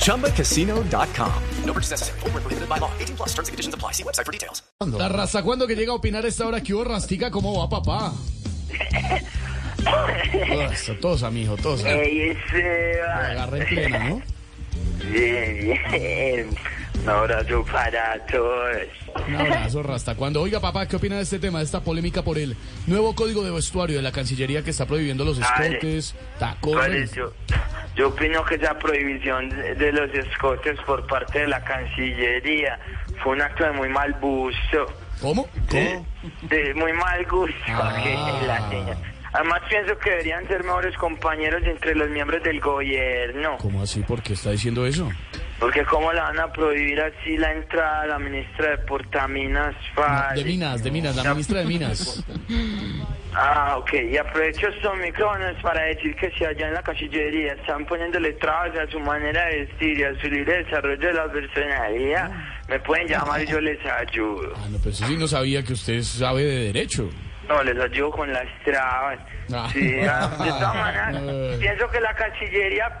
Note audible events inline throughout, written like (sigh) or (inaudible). ChumbaCasino.com. No purchase necessary. Void where prohibited by law. 18 plus terms and conditions apply. See website for details. La raza cuando que llega a opinar a esta hora que hubo rastica, ¿cómo va papá? Tosa, tosa, mijo, tosa. Ey, ese va. Agarra en Eh, plena, ¿no? Bien, bien. Un abrazo para todos. Un abrazo, Rasta. Cuando oiga, papá, ¿qué opina de este tema, de esta polémica por el nuevo código de vestuario de la Cancillería que está prohibiendo los Ay. escotes, ¿Cuál es? tacones? Yo, yo opino que esa prohibición de los escotes por parte de la Cancillería fue un acto de muy mal gusto. ¿Cómo? De, ¿Cómo? de muy mal gusto. Ah. (laughs) que la señora. Además pienso que deberían ser mejores compañeros entre los miembros del gobierno. ¿Cómo así? ¿Por qué está diciendo eso? Porque cómo la van a prohibir así la entrada a la ministra de Portaminas Fácil. Ah, De Minas, de Minas, la ministra de Minas. Ah, ok. Y aprovecho estos micrófonos para decir que si allá en la Cancillería están poniéndole trabas a su manera de vestir y a su libre desarrollo de la personalidad, eh. me pueden llamar y yo les ayudo. Ah, no, pero eso sí no sabía que usted sabe de derecho. No, les ayudo con las trabas. Ah. Sí, ah, de todas maneras, Ay. pienso que eh, la Cancillería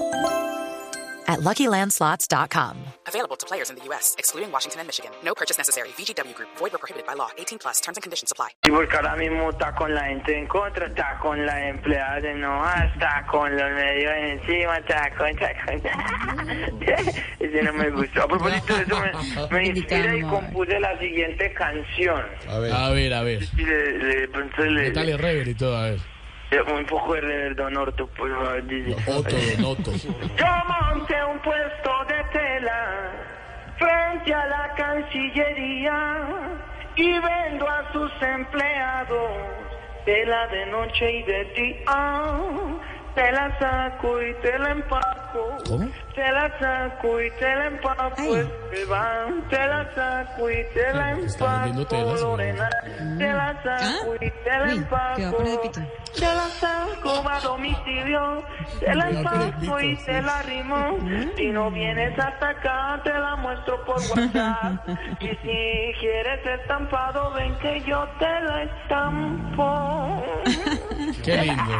at luckylandslots.com. Available to players in the U.S., excluding Washington and Michigan. No purchase necessary. VGW Group, void were prohibited by law. 18 plus terms and conditions apply. Y porque ahora mismo está con la gente en contra, está con las empleadas enojadas, está con los medios encima, está con, está con... (laughs) Ese no me gustó. A propósito de eso, me, me inspira y compuse la siguiente canción. A ver, a ver. A ver. Y le, le, entonces le- Dale rever y todo, a ver. le- un poco de reverdón orto, por favor, dice. Otto, Donoto. Yo monté un puesto de tela frente a la Cancillería y vendo a sus empleados tela de noche y de día. Te la saco y te la empaco. ¿Cómo? Te la saco y te la empaco. este van. Te la saco y te la Pero que está vendiendo empaco. telas, ¿Ah? señora. Lorena. Te la saco y te la empaco. Te la saco a domicilio. Te la empaco y te la rimo. Si no vienes hasta acá, te la muestro por WhatsApp. Y si quieres estampado, ven que yo te la estampo. Qué lindo.